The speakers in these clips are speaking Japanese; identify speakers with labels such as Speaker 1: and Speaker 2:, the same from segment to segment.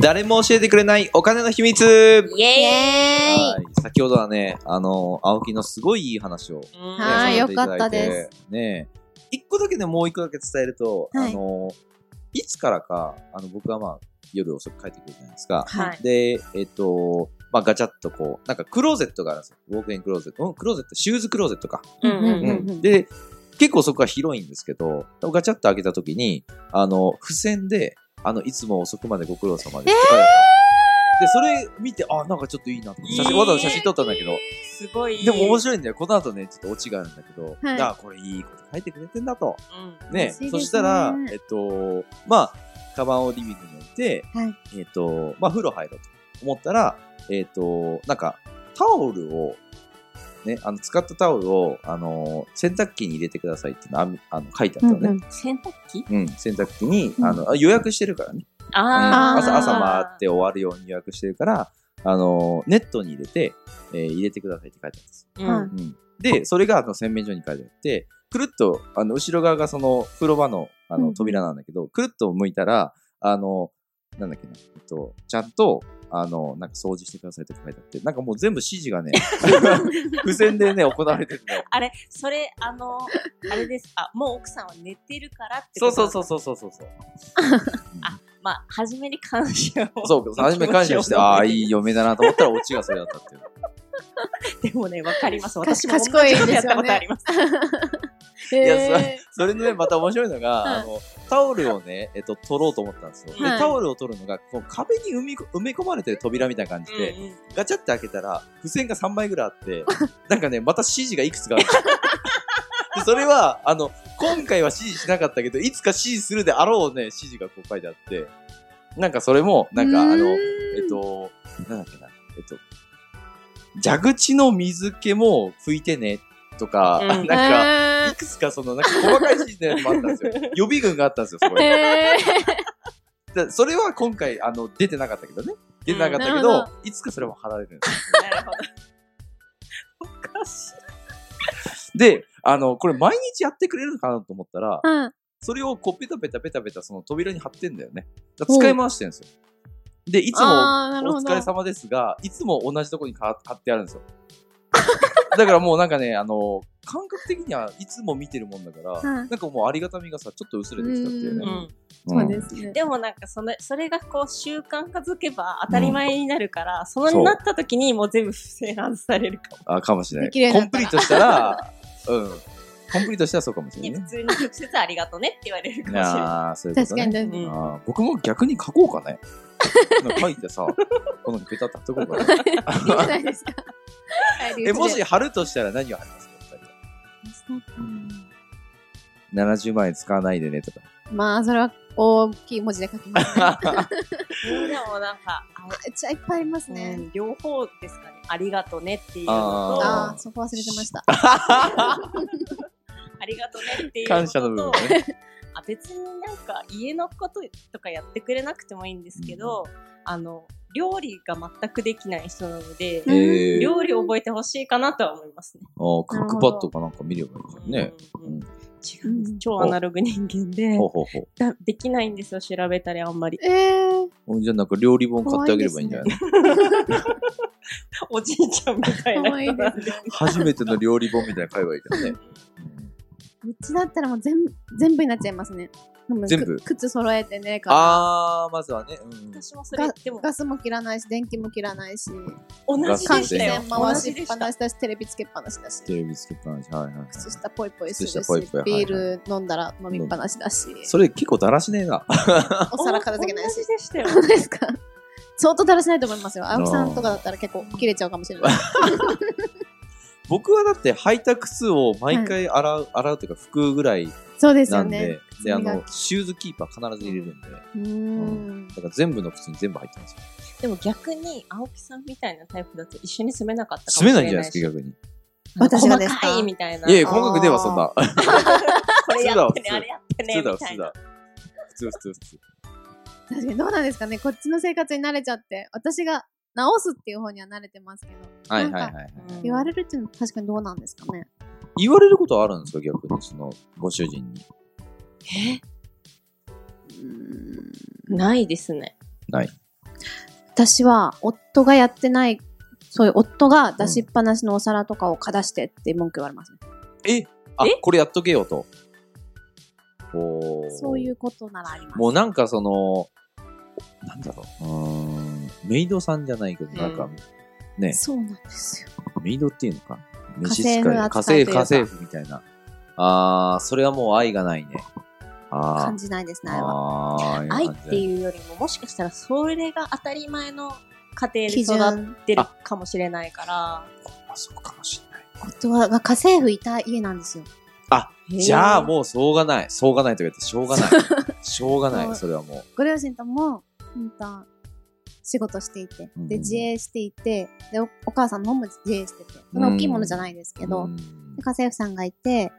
Speaker 1: 誰も教えてくれないお金の秘密
Speaker 2: イエーイ
Speaker 1: はい先ほどはね、あの、青木のすごいいい話を、ね、
Speaker 3: は
Speaker 2: はい
Speaker 1: させていだいて
Speaker 3: よかったで
Speaker 1: ねえ一個だけね、もう一個だけ伝えると、
Speaker 3: はい
Speaker 1: あの、いつからか、あの、僕はまあ、夜遅く帰ってくるじゃないですか。
Speaker 2: はい。
Speaker 1: で、えっと、まあ、ガチャッとこう、なんかクローゼットがあるんですよ。ウォークインクローゼット。うん、クローゼット、シューズクローゼットか。
Speaker 2: うん
Speaker 3: うん
Speaker 2: うん
Speaker 3: うん
Speaker 1: で、結構そこは広いんですけど、ガチャッと開けた時に、あの、付箋で、あの、いつも遅くまでご苦労様ですって書いてあったで、それ見て、あ、なんかちょっといいなと思って、写
Speaker 2: い
Speaker 1: 真、
Speaker 2: い
Speaker 1: わざわざ写真撮ったんだけど、
Speaker 2: すごい。
Speaker 1: でも面
Speaker 2: 白
Speaker 1: 白いんだよ。この後ね、ちょっとオチがあるんだけど、
Speaker 3: はい
Speaker 1: あ、これいいこと書いてくれてんだと。
Speaker 2: い。
Speaker 1: ね、
Speaker 3: 嬉しいですね
Speaker 1: そしたら、えっと、まあ、カバンをリビングに置いて、
Speaker 3: はい
Speaker 1: えっと、まあ、風呂入ろうと思ったら、えっと、なんか、タオルを、ね、あの、使ったタオルを、あの、洗濯機に入れてくださいっていうのあみあの書いてあったのね。うん
Speaker 2: 洗濯機
Speaker 1: 洗濯機に、
Speaker 3: うん
Speaker 1: あの、あ予約してるからね。
Speaker 2: あ
Speaker 1: うん
Speaker 2: ー
Speaker 1: 朝、朝回って終わるように予約してるから、あの、ネットに入れて、えー入れてくださいって書いてあったんです。
Speaker 2: うん
Speaker 1: うん、で、それがあの洗面所に書いてあって、くるっと、あの、後ろ側がその風呂場のあ
Speaker 3: う
Speaker 1: の
Speaker 3: ん
Speaker 1: 扉なんだけど、くるっと向いたら、あの、なんだっけな、えっと、ちゃんと、あの、なんか掃除してくださいとか書いてあって、なんかもう全部指示が ね、付箋でね、行われてるのよ。
Speaker 2: あれ、それ、あの、あれです。あ、もう奥さんは寝てるからって
Speaker 1: そ
Speaker 2: こ
Speaker 1: う
Speaker 2: と
Speaker 1: そうそうそうそうそう。
Speaker 2: あまあ、初めに感謝を。
Speaker 1: そう、初め感謝 して、ああ、いい嫁だなと思ったら、オチがそれだったっていう。
Speaker 2: でもね、わかります。
Speaker 3: か
Speaker 2: 私も同じことやったことあります。
Speaker 3: へ
Speaker 1: や
Speaker 3: え
Speaker 1: それでね、また面白いのが、
Speaker 3: はい
Speaker 1: あの、タオルをね、えっと、取ろうと思ったんですよ。で、
Speaker 2: はい
Speaker 1: タオルを取るのが、こう壁に埋め込埋め込まれてる扉みたいな感じで、
Speaker 2: うんうん
Speaker 1: ガチャって開けたら、付箋が3枚ぐらいあって、 なんかね、また指示がいくつかある んですよでそれは、あの、今回は指示しなかったけど、いつか指示するであろうね、指示がこう書いてあって、なんかそれも、なんか、あの、えっと、なんだっけな、えっと、蛇口の水気も拭いてね、とか、
Speaker 2: うん
Speaker 1: なんか、いくつかその、なんか細かい指示のやつもあったんですよ。予備軍があったんですよ、そこ
Speaker 3: へ
Speaker 1: に。
Speaker 3: え
Speaker 1: でそれは今回、あの、出てなかったけどね。出てなかったけ
Speaker 3: うんな
Speaker 1: ど
Speaker 3: る、
Speaker 1: いつかそれも貼られるんです
Speaker 2: なるほど。おかしい。
Speaker 1: で、あの、これ毎日やってくれるのかなと思ったら、
Speaker 3: うん
Speaker 1: それをこう、ペタペタペタペタ、その扉に貼ってんだよね。だから使い回してるんですよ。で、いつも、
Speaker 3: あーなる
Speaker 1: お
Speaker 3: ほど
Speaker 1: 疲れ様ですが、いつも同じとこにか貼ってあるんですよ。 だからもうなんかね、あの、感覚的にはいつも見てるもんだから、
Speaker 3: うん
Speaker 1: なんかもうありがたみがさ、ちょっと薄れてきたっていうね。
Speaker 2: う
Speaker 1: う
Speaker 2: ん
Speaker 1: ん
Speaker 3: そうですね
Speaker 2: でもなんかその、それがこう習慣化づけば当たり前になるから、そのになった時にもう全部不正外されるかも。
Speaker 1: あ、かもしれな
Speaker 3: できるよ
Speaker 1: い。
Speaker 3: うに
Speaker 1: コ
Speaker 3: な
Speaker 1: ンプリ
Speaker 3: ったら
Speaker 1: ートしたら、うん。コンプリートしたらそうかもしれな
Speaker 2: 普
Speaker 1: いね。
Speaker 2: 通に直接ありがとうねって言われるかもしれない。
Speaker 1: ああ、そういうこ
Speaker 3: 確
Speaker 1: と
Speaker 3: かに
Speaker 1: ね。
Speaker 3: 確か
Speaker 2: う
Speaker 3: に
Speaker 2: ん
Speaker 1: あー僕も逆に書こうかね。書いてさ、このペタッと貼っとこうかな。
Speaker 3: いいじゃないですか
Speaker 1: え、もし貼るとしたら何を貼りますかお二人は ?70 万円使わないでねとか。
Speaker 3: まあそれは大きい文字で書き ますね
Speaker 2: みんなもなんか、あ
Speaker 3: じゃあいっぱいあります
Speaker 2: う
Speaker 3: ね
Speaker 2: ん両方ですかね。ありがとうねっていうのと、
Speaker 1: あ
Speaker 3: あ
Speaker 2: あ
Speaker 3: あそこ忘れてました
Speaker 2: りがとうねっていうのと
Speaker 1: 感謝の部分ね。
Speaker 2: あ別になんか家のこととかやってくれなくてもいいんですけど、あの、料理が全くできない人なので、
Speaker 3: うん
Speaker 1: えー
Speaker 2: 料理を覚えてほしいかなとは思いますね。
Speaker 1: あークックパッドかなんか見ればいいじゃんね。
Speaker 2: うんうんうん
Speaker 1: う
Speaker 2: 違うんです。超アナログ人間で
Speaker 1: ほう、ほうほう
Speaker 2: だできないんですよ、調べたりあんまり。
Speaker 3: えー
Speaker 1: ほんじゃあなんか料理本買ってあげればいいんじゃないの
Speaker 2: おじいちゃんみたいな人なんで。
Speaker 1: 初めての料理本みたいな会話いいじゃんね。うん
Speaker 3: うちだったらもう全部全部になっちゃいますねでも
Speaker 1: 全部
Speaker 3: く靴揃えてねから
Speaker 1: あー、まずはね。うん
Speaker 2: 私もそれでも
Speaker 3: ガスも切らないし電気も切らないし
Speaker 2: 同じで
Speaker 3: 換
Speaker 2: した
Speaker 3: 気
Speaker 2: よ
Speaker 3: 扇。
Speaker 2: 同
Speaker 3: 回し
Speaker 2: じで
Speaker 3: っ
Speaker 2: し
Speaker 3: ぱ
Speaker 2: た
Speaker 3: な。しだしテレビつけっぱなしだし
Speaker 1: テレビつけっぱなし。はいはいはい。
Speaker 3: 靴下ぽいぽいするし
Speaker 1: 靴下ぽいぽいはいはい
Speaker 3: ビール飲んだら飲みっぱなしだし、
Speaker 1: それ結構だらしねえな。
Speaker 3: お皿片付けない
Speaker 2: 同
Speaker 3: し
Speaker 2: じでしたよ。
Speaker 3: 本当ですか相当だらしないと思いますよ青木さんとかだったら結構切れちゃうかもしれない
Speaker 1: 僕はだって履いた靴を毎回洗う、洗うというか拭くぐらい
Speaker 3: そうです
Speaker 1: な
Speaker 3: よ
Speaker 1: んで、
Speaker 3: ね
Speaker 1: で、あ
Speaker 3: 靴磨
Speaker 1: の、シューズキーパー必ず入れるんで、だ
Speaker 3: うーん
Speaker 1: から全部の靴に全部入ってますよ。
Speaker 2: でも逆に、青木さんみたいなタイプだと一緒に住めなかったか
Speaker 1: 住め
Speaker 2: もし
Speaker 1: ない
Speaker 2: れ
Speaker 1: ん
Speaker 2: ない
Speaker 1: じゃないですか、逆
Speaker 2: し
Speaker 1: に。
Speaker 3: 私がです
Speaker 2: 細
Speaker 3: か
Speaker 2: かいみたいな。
Speaker 1: いやいや、感覚ではそんな。
Speaker 2: これやって
Speaker 1: 普通
Speaker 2: ね、
Speaker 1: だわ
Speaker 2: あれやって
Speaker 1: 普
Speaker 2: ね、
Speaker 1: 通だわ、普
Speaker 2: みたい
Speaker 1: 通
Speaker 2: な
Speaker 1: だ。。普通、普通、普通。
Speaker 3: 確かにどうなんですかねこっちの生活に慣れちゃって私が直すっていう方には慣れてますけど
Speaker 1: はい
Speaker 3: なん
Speaker 1: はい
Speaker 3: か
Speaker 1: はいはい。
Speaker 2: うん
Speaker 3: 言われるっていうのは確かにどうなんですかね
Speaker 1: 言われることはあるんですか、逆に、その、ご主人に。
Speaker 2: え
Speaker 3: うーん
Speaker 2: ないですね。
Speaker 1: ない。
Speaker 3: 私は夫がやってない、そういう夫が出しっぱなしのお皿とかをかだしてって文句言われますね。
Speaker 1: あ
Speaker 2: え、
Speaker 1: これやっとけよと。おー
Speaker 3: そういうことならあります。
Speaker 1: もうなんかその、なんだろう。うーん。メイドさんじゃないけど、なんか
Speaker 2: う、
Speaker 1: ね、
Speaker 3: そうなんですよ。
Speaker 1: メイドっていうのか。飯
Speaker 3: 家政婦
Speaker 1: 家
Speaker 3: 扱いとい
Speaker 1: 政
Speaker 3: う
Speaker 1: 婦、家政
Speaker 3: か
Speaker 1: 婦みたいな。あー、それはもう愛がないね。あ
Speaker 3: 感
Speaker 1: ー。
Speaker 3: じないですね、あれは。
Speaker 1: あー
Speaker 2: 愛って
Speaker 1: う。
Speaker 2: いうよりも、もしかしたらそれが当たり前の家
Speaker 3: 基
Speaker 2: 庭で育
Speaker 3: 準。
Speaker 2: ってるかもしれないから。
Speaker 1: あ、そうかもしれない。
Speaker 3: 夫はが家政婦いた家なんですよ。
Speaker 1: じゃあ
Speaker 2: う。
Speaker 1: もう、しょうがない。しょうがないとか言って、しょうがない。しょうがない、それはもう。
Speaker 3: ご両親とも、うんと、仕事していて、
Speaker 1: うん
Speaker 3: で、自営していて、で、おお母さんの方も自営してて、そんな大きいものじゃないですけど、
Speaker 1: うん
Speaker 3: で家政婦さんがいて、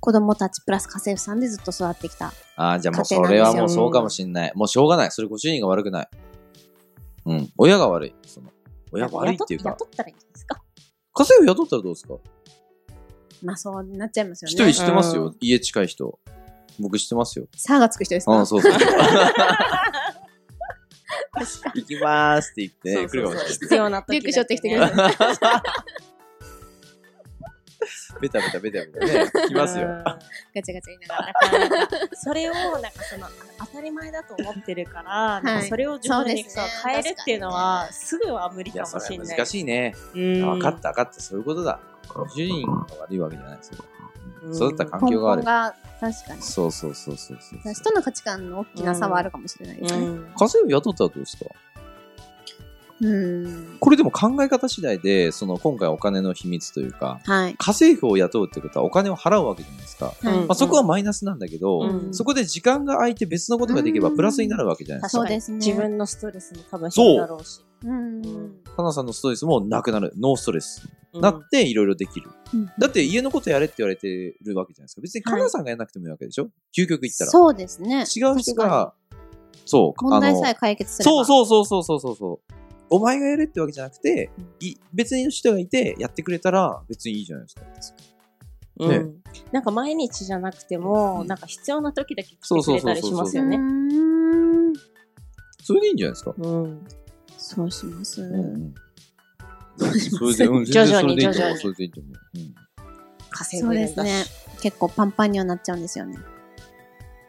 Speaker 3: 子供たちプラス家政婦さんでずっと育ってきた。
Speaker 1: ああ、じゃあもうそ
Speaker 3: 家庭なんで
Speaker 1: れ
Speaker 3: すよ
Speaker 1: はもうそうかもしんない。もうしょうがない。それご主人が悪くない。うん。親が悪い。その、親が悪いっていうか。
Speaker 2: 雇ったらいいんじゃないですか。
Speaker 1: 家政婦雇ったらどうですか
Speaker 3: まあそうなっちゃいますよ
Speaker 1: 一
Speaker 3: ね。
Speaker 1: 人知ってます
Speaker 2: う
Speaker 1: よ。家近い人。僕知ってますよ。
Speaker 3: 差がつく人ですか
Speaker 1: うん、そうそう。
Speaker 3: 確かに。
Speaker 1: 行きまーすって言って
Speaker 2: そ
Speaker 1: ね、来
Speaker 2: うそう
Speaker 1: る
Speaker 2: そ
Speaker 1: か
Speaker 2: う
Speaker 1: もしれ
Speaker 2: 必
Speaker 1: ない。
Speaker 2: 要な時だけね
Speaker 3: リュック背負ってきて ください。
Speaker 1: ベタベタベタベタね。来ます
Speaker 2: う
Speaker 1: よ。
Speaker 2: ん
Speaker 3: ガチャガチャ言いながら。
Speaker 2: だからそれをなんかその当たり前だと思ってるから、なんかそれを徐々に
Speaker 3: そうです
Speaker 2: そう
Speaker 3: ね
Speaker 2: 変えるっていうのはすぐは無理
Speaker 1: い
Speaker 2: か
Speaker 1: や、
Speaker 2: も
Speaker 1: そ
Speaker 2: し
Speaker 1: れ
Speaker 2: れ
Speaker 1: は
Speaker 2: ない。
Speaker 1: 難しいね。
Speaker 2: うん
Speaker 1: 分かっ。た分かった。そういうことだ。ご主人が悪いわけじゃないですよ。
Speaker 2: うん
Speaker 1: 育った環
Speaker 3: 根
Speaker 1: 境が悪
Speaker 3: 本
Speaker 1: い。
Speaker 3: が、確かに。
Speaker 1: そうそうそうそうそう。家
Speaker 3: 私との価値観の大きな差はあるかもしれないです
Speaker 2: う
Speaker 3: ね。
Speaker 2: ん
Speaker 1: 政婦雇ったらどうですか
Speaker 3: うん。
Speaker 1: これでも考え方次第で、その今回お金の秘密というか、
Speaker 3: はい。
Speaker 1: 家政婦を雇うってことはお金を払うわけじゃないですか。
Speaker 2: うん
Speaker 1: まあ、そこはマイナスなんだけど、
Speaker 2: うん
Speaker 1: そこで時間が空いて別のことができれば
Speaker 3: うん
Speaker 1: プラスになるわけじゃないですか。
Speaker 3: そうですね
Speaker 2: 自分のストレスも多分減るだろうし。
Speaker 3: うん。
Speaker 1: かなさんのストレスもなくなる。ノーストレス。
Speaker 2: うん
Speaker 1: なっていろいろできる、
Speaker 3: うん
Speaker 1: だって家のことやれって言われてるわけじゃないですか。別にかなさんがやらなくてもいいわけでしょ、究極言ったら。
Speaker 3: そうです
Speaker 1: 違
Speaker 3: ね。
Speaker 1: う人
Speaker 3: 確か
Speaker 1: が、そう、
Speaker 3: に問題さ
Speaker 1: あ
Speaker 3: え
Speaker 1: の
Speaker 3: 解決すれば。
Speaker 1: そうそうそうそうそうそうそう。お前がやれってわけじゃなくて、い別の人がいてやってくれたら別にいいじゃないですか。
Speaker 2: うん
Speaker 1: ね
Speaker 2: なんか毎日じゃなくても、
Speaker 1: うん
Speaker 2: なんか必要な時だけ来てくれたりしますよ
Speaker 3: う
Speaker 2: ね。
Speaker 3: ーん。
Speaker 1: それでいいんじゃないですか。
Speaker 2: うん
Speaker 3: そうします。
Speaker 1: それで、うん、
Speaker 2: 徐
Speaker 1: 全然
Speaker 2: 々
Speaker 1: それ
Speaker 2: に
Speaker 1: でいいと
Speaker 2: 徐々
Speaker 1: 思う。
Speaker 2: に
Speaker 1: それでいいと思う。うん
Speaker 2: 稼
Speaker 3: そ
Speaker 2: ぐ
Speaker 3: うんで
Speaker 2: だ
Speaker 3: すね。結構パンパンにはなっちゃうんですよね。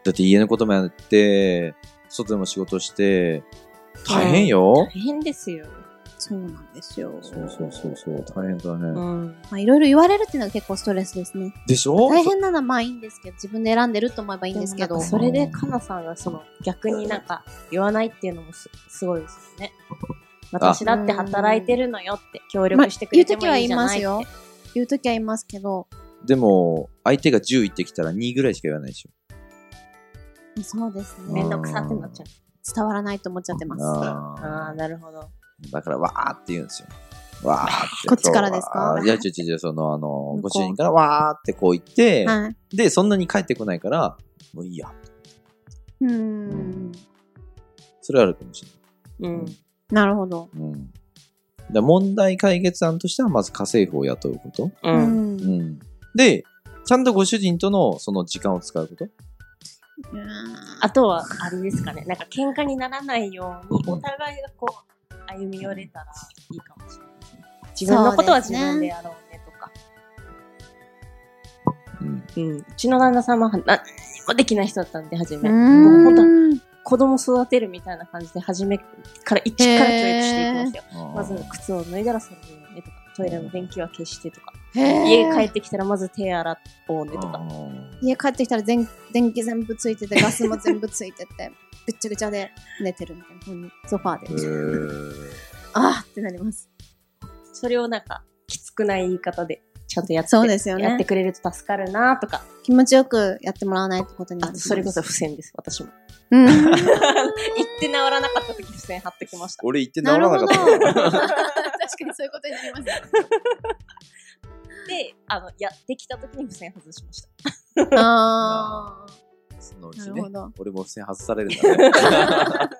Speaker 1: だって家のこともやって、外でも仕事して、大変よ
Speaker 2: 大。変ですよ。
Speaker 3: そうなんですよ。
Speaker 1: そうそうそうそう、大変大変。
Speaker 2: うん。
Speaker 3: まあいろいろ言われるっていうのが結構ストレスですね。
Speaker 1: でしょ
Speaker 3: 大変なのはまあいいんですけど、自分で選んでると思えばいいんですけ
Speaker 2: でも
Speaker 3: ど
Speaker 2: なん。かそれでかなさんがその逆になんか言わないっていうのもすすごいですよね。私だって働いてるのよって協力してくれてもいいじゃないって。
Speaker 3: まあ言う時は言いま言うときは言いますけど、
Speaker 1: でも、相手が10言ってきたら2ぐらいしか言わないでしょ。
Speaker 3: そうです
Speaker 1: う
Speaker 3: ね
Speaker 2: め。んどくさってなっちゃう。
Speaker 3: 伝わらないと思っちゃってます。
Speaker 2: ああ
Speaker 1: あ
Speaker 2: ー、なるほど。
Speaker 1: ーだから、わーって言うんですよ。わーって。
Speaker 3: こっちからですか
Speaker 1: わーいや、違う違う違う、その、あの
Speaker 3: 向こ、う
Speaker 1: ご主人からわーってこう言って、
Speaker 3: はい。
Speaker 1: で、そんなに帰ってこないから、もういいや。
Speaker 3: うーん。
Speaker 1: それはあるかもしれない。
Speaker 2: うん。
Speaker 3: なるほど。
Speaker 1: うん。だ問題解決案としては、まず家政婦を雇うこと。
Speaker 2: う。
Speaker 3: うんん。
Speaker 1: う。
Speaker 3: うん
Speaker 1: で、ちゃんとご主人とのその時間を使うこと。
Speaker 3: ーん
Speaker 2: あとは、あれですかね。なんか喧嘩にならないように、お互いがこう、歩み寄れたらいいかもしれないですね。自分のことは自分でやろうねとか。
Speaker 1: うん。
Speaker 2: うん。うちの旦那様は何もできない人だったんで、初め。
Speaker 3: う
Speaker 2: もう本当
Speaker 3: ーん。
Speaker 2: 子供育てるみたいな感じで、初めから一から教育していきましたよ。まず
Speaker 1: う
Speaker 2: 靴を脱いだらそれをねとか、トイレの電気は消してとか、
Speaker 3: へ
Speaker 2: 家
Speaker 3: ー
Speaker 2: 帰ってきたらまず手洗おうねとか。
Speaker 1: ん
Speaker 3: 家帰ってきたら全電気全部ついてて、ガスも全部ついてて、ぐっちゃぐちゃで寝てるみたいな風に、ソファ
Speaker 1: へ
Speaker 3: ーで。
Speaker 1: ー
Speaker 3: あーってなります。
Speaker 2: それをなんか、きつくない言い方で、ちゃんとやって、
Speaker 3: そうですよね
Speaker 2: やってくれると助かるなとか、
Speaker 3: 気持ちよくやってもらわないってことにな
Speaker 2: あ
Speaker 3: る
Speaker 2: と
Speaker 3: と
Speaker 2: そ
Speaker 3: 思
Speaker 2: れ
Speaker 3: い
Speaker 2: こ
Speaker 3: ます。
Speaker 2: そ付箋です、私も。
Speaker 3: うん。
Speaker 2: 行って治らなかった時付箋貼ってきました。
Speaker 1: 俺言って治
Speaker 3: なる
Speaker 1: ら
Speaker 3: ほ
Speaker 1: な
Speaker 3: ど。
Speaker 1: かっ
Speaker 3: 確かにそういうことになりますね。
Speaker 2: で、あの、やってきた時に付箋外しました。
Speaker 3: あ
Speaker 1: た。そのう
Speaker 3: あ。な
Speaker 1: ち
Speaker 3: る
Speaker 1: ね
Speaker 3: ほ。ど。
Speaker 1: 俺も付箋外されるんだね。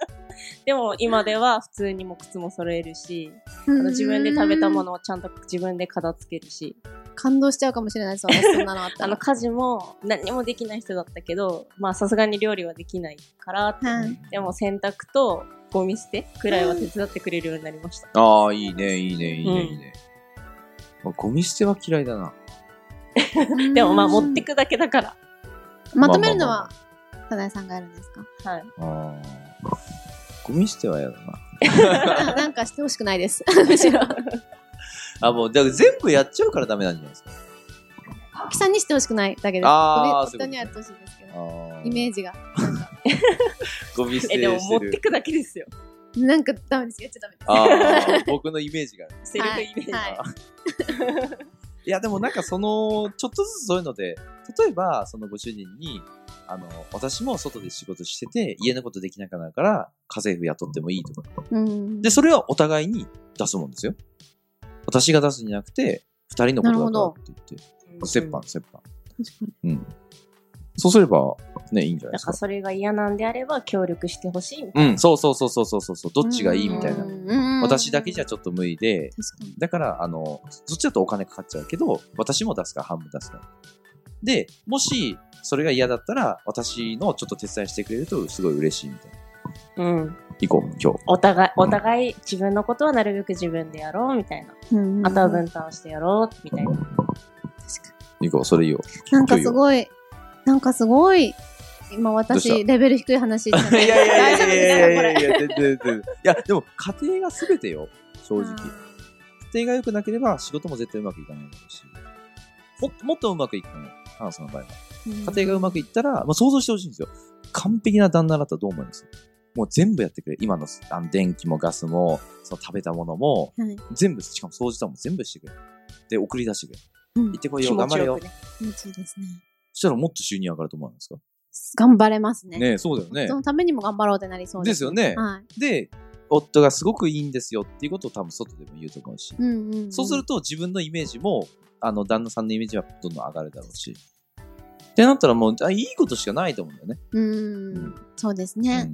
Speaker 2: でも今では普通にもう靴も揃えるし、あの自分で食べたものをちゃんと自分で片付けるし、
Speaker 3: 感動しちゃうかもしれないです、私そんなのあった
Speaker 2: あ
Speaker 3: ら
Speaker 2: の。家事も何にもできない人だったけど、まあさすがに料理はできないから、
Speaker 3: はい。
Speaker 2: でも洗濯とゴミ捨てくらいは手伝ってくれるようになりました。
Speaker 1: ああ、いいね、いいね、いいね、
Speaker 2: うん
Speaker 1: いいね。まあゴミ捨ては嫌いだな。
Speaker 2: でもまあ持ってくだけだから。
Speaker 3: まとめるの
Speaker 1: まあ
Speaker 3: は、サダイさんがやるんです か
Speaker 2: はい。
Speaker 1: あーゴミ捨ては嫌だな。
Speaker 3: ななんかしてほしくないです。むしろ。
Speaker 1: あ、もう、だから全部やっちゃうからダメなんじゃないですか。
Speaker 3: 青木さんにしてほしくないだけです。
Speaker 1: あー
Speaker 3: ごめん人にはやってほしいですけど。
Speaker 1: あ
Speaker 3: イメージが。
Speaker 1: ゴミ捨て
Speaker 2: え、
Speaker 1: して
Speaker 2: で
Speaker 1: る。
Speaker 2: も持ってくだけですよ。
Speaker 3: なんかダメです。やっちゃダメです。
Speaker 1: ああ、僕のイメージが。
Speaker 2: セルフイメージ。
Speaker 3: はい
Speaker 1: いや、で もなんかその、ちょっとずつそういうので、例えば、そのご主人に、あの、私も外で仕事してて、家のことできなくなるから、家政婦雇ってもいいとか。
Speaker 3: うん
Speaker 1: で、それはお互いに出すもんですよ。私が出すんじゃなくて、二人のことだからって言って。折半、折半。うん。そうすれば、ね、いいんじゃない
Speaker 2: だ
Speaker 1: です
Speaker 2: か。
Speaker 1: から
Speaker 2: それが嫌なんであれば協力してほしいみたい
Speaker 1: うん、そうそうそうそうそうそう、どっちがいいみたいな。
Speaker 3: な
Speaker 1: 私だけじゃちょっと無理で、
Speaker 3: 確かに。
Speaker 1: だから、あの、そっちだとお金かかっちゃうけど、私も出すから半分出すから。で、もし、それが嫌だったら、私のちょっと手伝いしてくれると、すごい嬉しいみたいな。
Speaker 2: な。うん。
Speaker 1: 行こう、今日。
Speaker 2: お互い、お互い自分のことはなるべく自分でやろうみたいな。
Speaker 3: うん
Speaker 2: あとは分担してやろうみたいな。
Speaker 1: 行こう、それいいよ。
Speaker 3: なんかすごい、なんかすごい、今
Speaker 1: どう
Speaker 3: 私、
Speaker 1: し
Speaker 3: レベル低い話言っちゃった大丈夫ですかこれ。
Speaker 1: いや、全然、全然。いや、でも、家庭が全てよ、正直。家庭が良くなければ、仕事も絶対うまくいかないだろうし。もっと、もっとうまくいくのよ、ハナさんの場合は。家庭がうまくいったら、まあ、想像してほしいんですよ。完璧な旦那だったらどう思いますもう全部やってくれ。今のあの電気もガスも、その食べたものも、
Speaker 3: はい
Speaker 1: 全部、しかも掃除とかも全部してくれ。で、送り出してくれ。
Speaker 3: うん
Speaker 1: 行ってこいよ、頑張れよ。
Speaker 2: ね。
Speaker 3: 気持ちいいですね。
Speaker 1: そしたらもっと収入上がると思わないですか
Speaker 3: 頑張れますね。
Speaker 1: ねえ、そうだよね
Speaker 3: そ。のためにも頑張ろうってなりそう
Speaker 1: で
Speaker 3: ですす。
Speaker 1: よね。
Speaker 3: はい。
Speaker 1: で、夫がすごくいいんですよっていうことを多分外でも言うと思うし。
Speaker 3: うんうんん。
Speaker 1: そうすると自分のイメージも、あの、旦那さんのイメージはどんどん上がるだろうし。ってなったらもう、あいいことしかないと思うんだよね。
Speaker 3: うん。そうですね。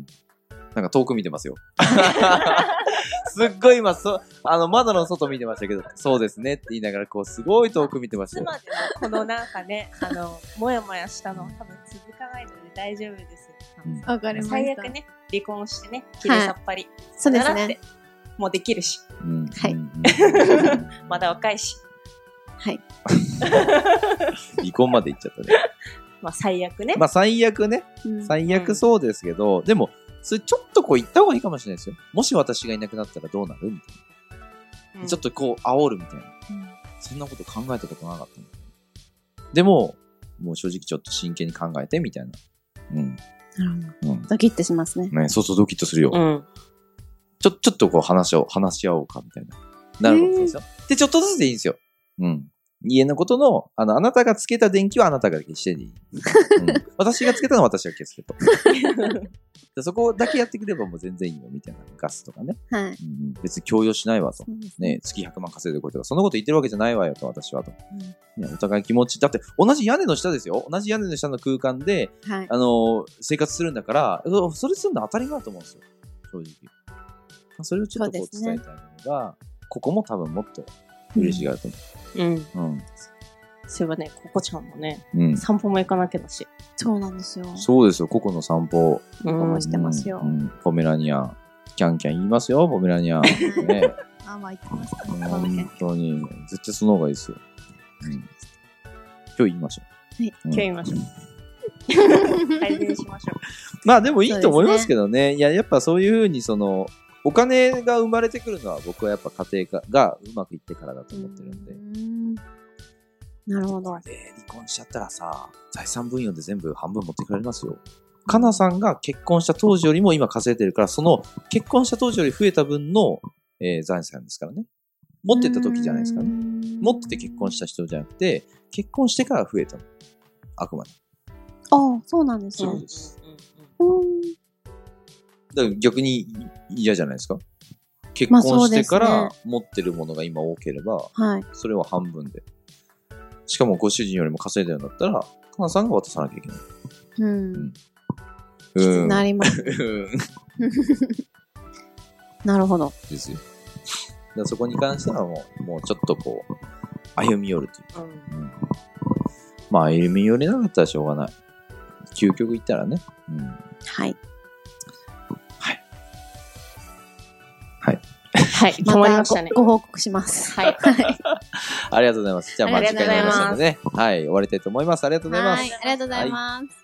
Speaker 1: うん、なんか遠く見て ますよ。すっごい今そ、あの、窓の外見てましたけど、そうですねって言いながら、こう、すごい遠く見てました
Speaker 2: 妻
Speaker 1: よ
Speaker 2: で。もこのなんかね、あの、もやもやしたの多分続かないので大丈夫ですよ。
Speaker 1: うん
Speaker 3: わかりました。
Speaker 2: 最悪。ね、離婚してね、きれいさっぱり。
Speaker 3: そうで
Speaker 2: な
Speaker 3: す
Speaker 2: らって
Speaker 3: ね。
Speaker 2: もうできるし、
Speaker 1: うん
Speaker 3: はい
Speaker 1: うんうん
Speaker 2: まだ若いし、
Speaker 3: はい。
Speaker 1: 離婚まで行っちゃった ね。
Speaker 2: まあ最悪ね。
Speaker 1: まあ、最悪ね。
Speaker 3: うん
Speaker 1: 最悪そうですけど、でも、それちょっとこう言った方がいいかもしれないですよ。もし私がいなくなったらどうなるみたい
Speaker 2: うん
Speaker 1: な。ちょっとこう、煽るみたいな。
Speaker 3: うん
Speaker 1: そんなこと考えたことなかったのでも、もう正直ちょっと真剣に考えてみたいな。うん。
Speaker 3: なるほど
Speaker 1: うん。
Speaker 3: ドキッとしますね。
Speaker 1: ね、そうそうドキッとするよ。
Speaker 2: うん。
Speaker 1: ちょ、ちょっとこう話を、話し合おうか、みたいな。なるほどですよ。で、ちょっとずつでいいんですよ。うん。家のことの、あの、あなたがつけた電気はあなたが消してでいい。うん、 私がつけたのは私が消すけど。でそこだけやってくればもう全然いいよ、みたいな。ガスとかね。
Speaker 3: はい。
Speaker 1: うんうん、別に強要しないわと。
Speaker 3: そうです
Speaker 1: ね、月100万稼いでこいとか、そんなこと言ってるわけじゃないわよと、私はと。
Speaker 3: う
Speaker 1: ね、お互い気持ち、だって同じ屋根の下ですよ。同じ屋根の下の空間で、
Speaker 3: はい。
Speaker 1: あの、生活するんだから、うそれするの当たり前だと思うんですよ。正直。それをちょっとこ
Speaker 3: そう
Speaker 1: う
Speaker 3: ですね
Speaker 1: 伝えたいのが、ここも多分もっと嬉しいがあると思
Speaker 2: うん。
Speaker 1: う。うん。
Speaker 2: そういえばね、ココちゃんもね、
Speaker 1: うん。
Speaker 2: 散歩も行かなきゃだし。
Speaker 3: そうなんですよ。
Speaker 1: そうですよ、個々の散歩。
Speaker 3: うんしてますよ
Speaker 1: うん。ポメラニアン。キャンキャン言いますよ、ポメラニアン。 ね。
Speaker 3: あ、まあ言ってました
Speaker 1: うん
Speaker 3: ね。この辺
Speaker 1: 本当に。絶対その方がいいですよ。うん。今日言いましょう。
Speaker 3: はい
Speaker 1: うん
Speaker 2: 今日言いましょう。改善しましょ。
Speaker 1: まあでもいいと思いますけどね。いや、やっぱそういうふうに、その、お金が生まれてくるのは僕はやっぱ家庭ががうまくいってからだと思ってるんで。
Speaker 3: うんなるほど。
Speaker 1: で、離婚しちゃったらさ、財産分与で全部半分持ってくれますよ。かなさんが結婚した当時よりも今稼いでるから、その結婚した当時より増えた分の、えー財産ですからね。持ってった時じゃないですかね。
Speaker 3: ね
Speaker 1: 持ってて結婚した人じゃなくて、結婚してから増えたの。あくまで。
Speaker 3: ああ、そうなんです
Speaker 1: そうう
Speaker 2: う
Speaker 1: いこと。
Speaker 2: ん
Speaker 3: ね
Speaker 1: です
Speaker 3: うん
Speaker 1: だから逆に嫌じゃないですか。結
Speaker 3: ま
Speaker 1: 婚
Speaker 3: あそう
Speaker 1: して
Speaker 3: です
Speaker 1: か
Speaker 3: ね
Speaker 1: ら持ってるものが今多ければ、
Speaker 3: はい。
Speaker 1: それは半分で。しかもご主人よりも稼いだんだったら、かなさんが渡さなきゃいけない。
Speaker 3: うん。きつ
Speaker 1: うん。
Speaker 3: なります。
Speaker 1: うん
Speaker 3: なるほど。
Speaker 1: ですよ。だからそこに関してはもう、もうちょっとこう、歩み寄るという
Speaker 2: うん
Speaker 1: か。うん、まあ、歩み寄れなかったらしょうがない。究極言ったらね。うん。
Speaker 3: はい。
Speaker 2: はい、止まりましたね。
Speaker 3: ごご報告します。
Speaker 2: はい。
Speaker 1: ありがとうございます。じゃあ、まあ、
Speaker 3: ありが
Speaker 1: 時
Speaker 3: と
Speaker 1: 間に
Speaker 3: うござ
Speaker 1: ないりま
Speaker 3: ます
Speaker 1: したのでね。はい、終わりたいと思います。ありがとうございます。
Speaker 3: はい、ありがとうございます。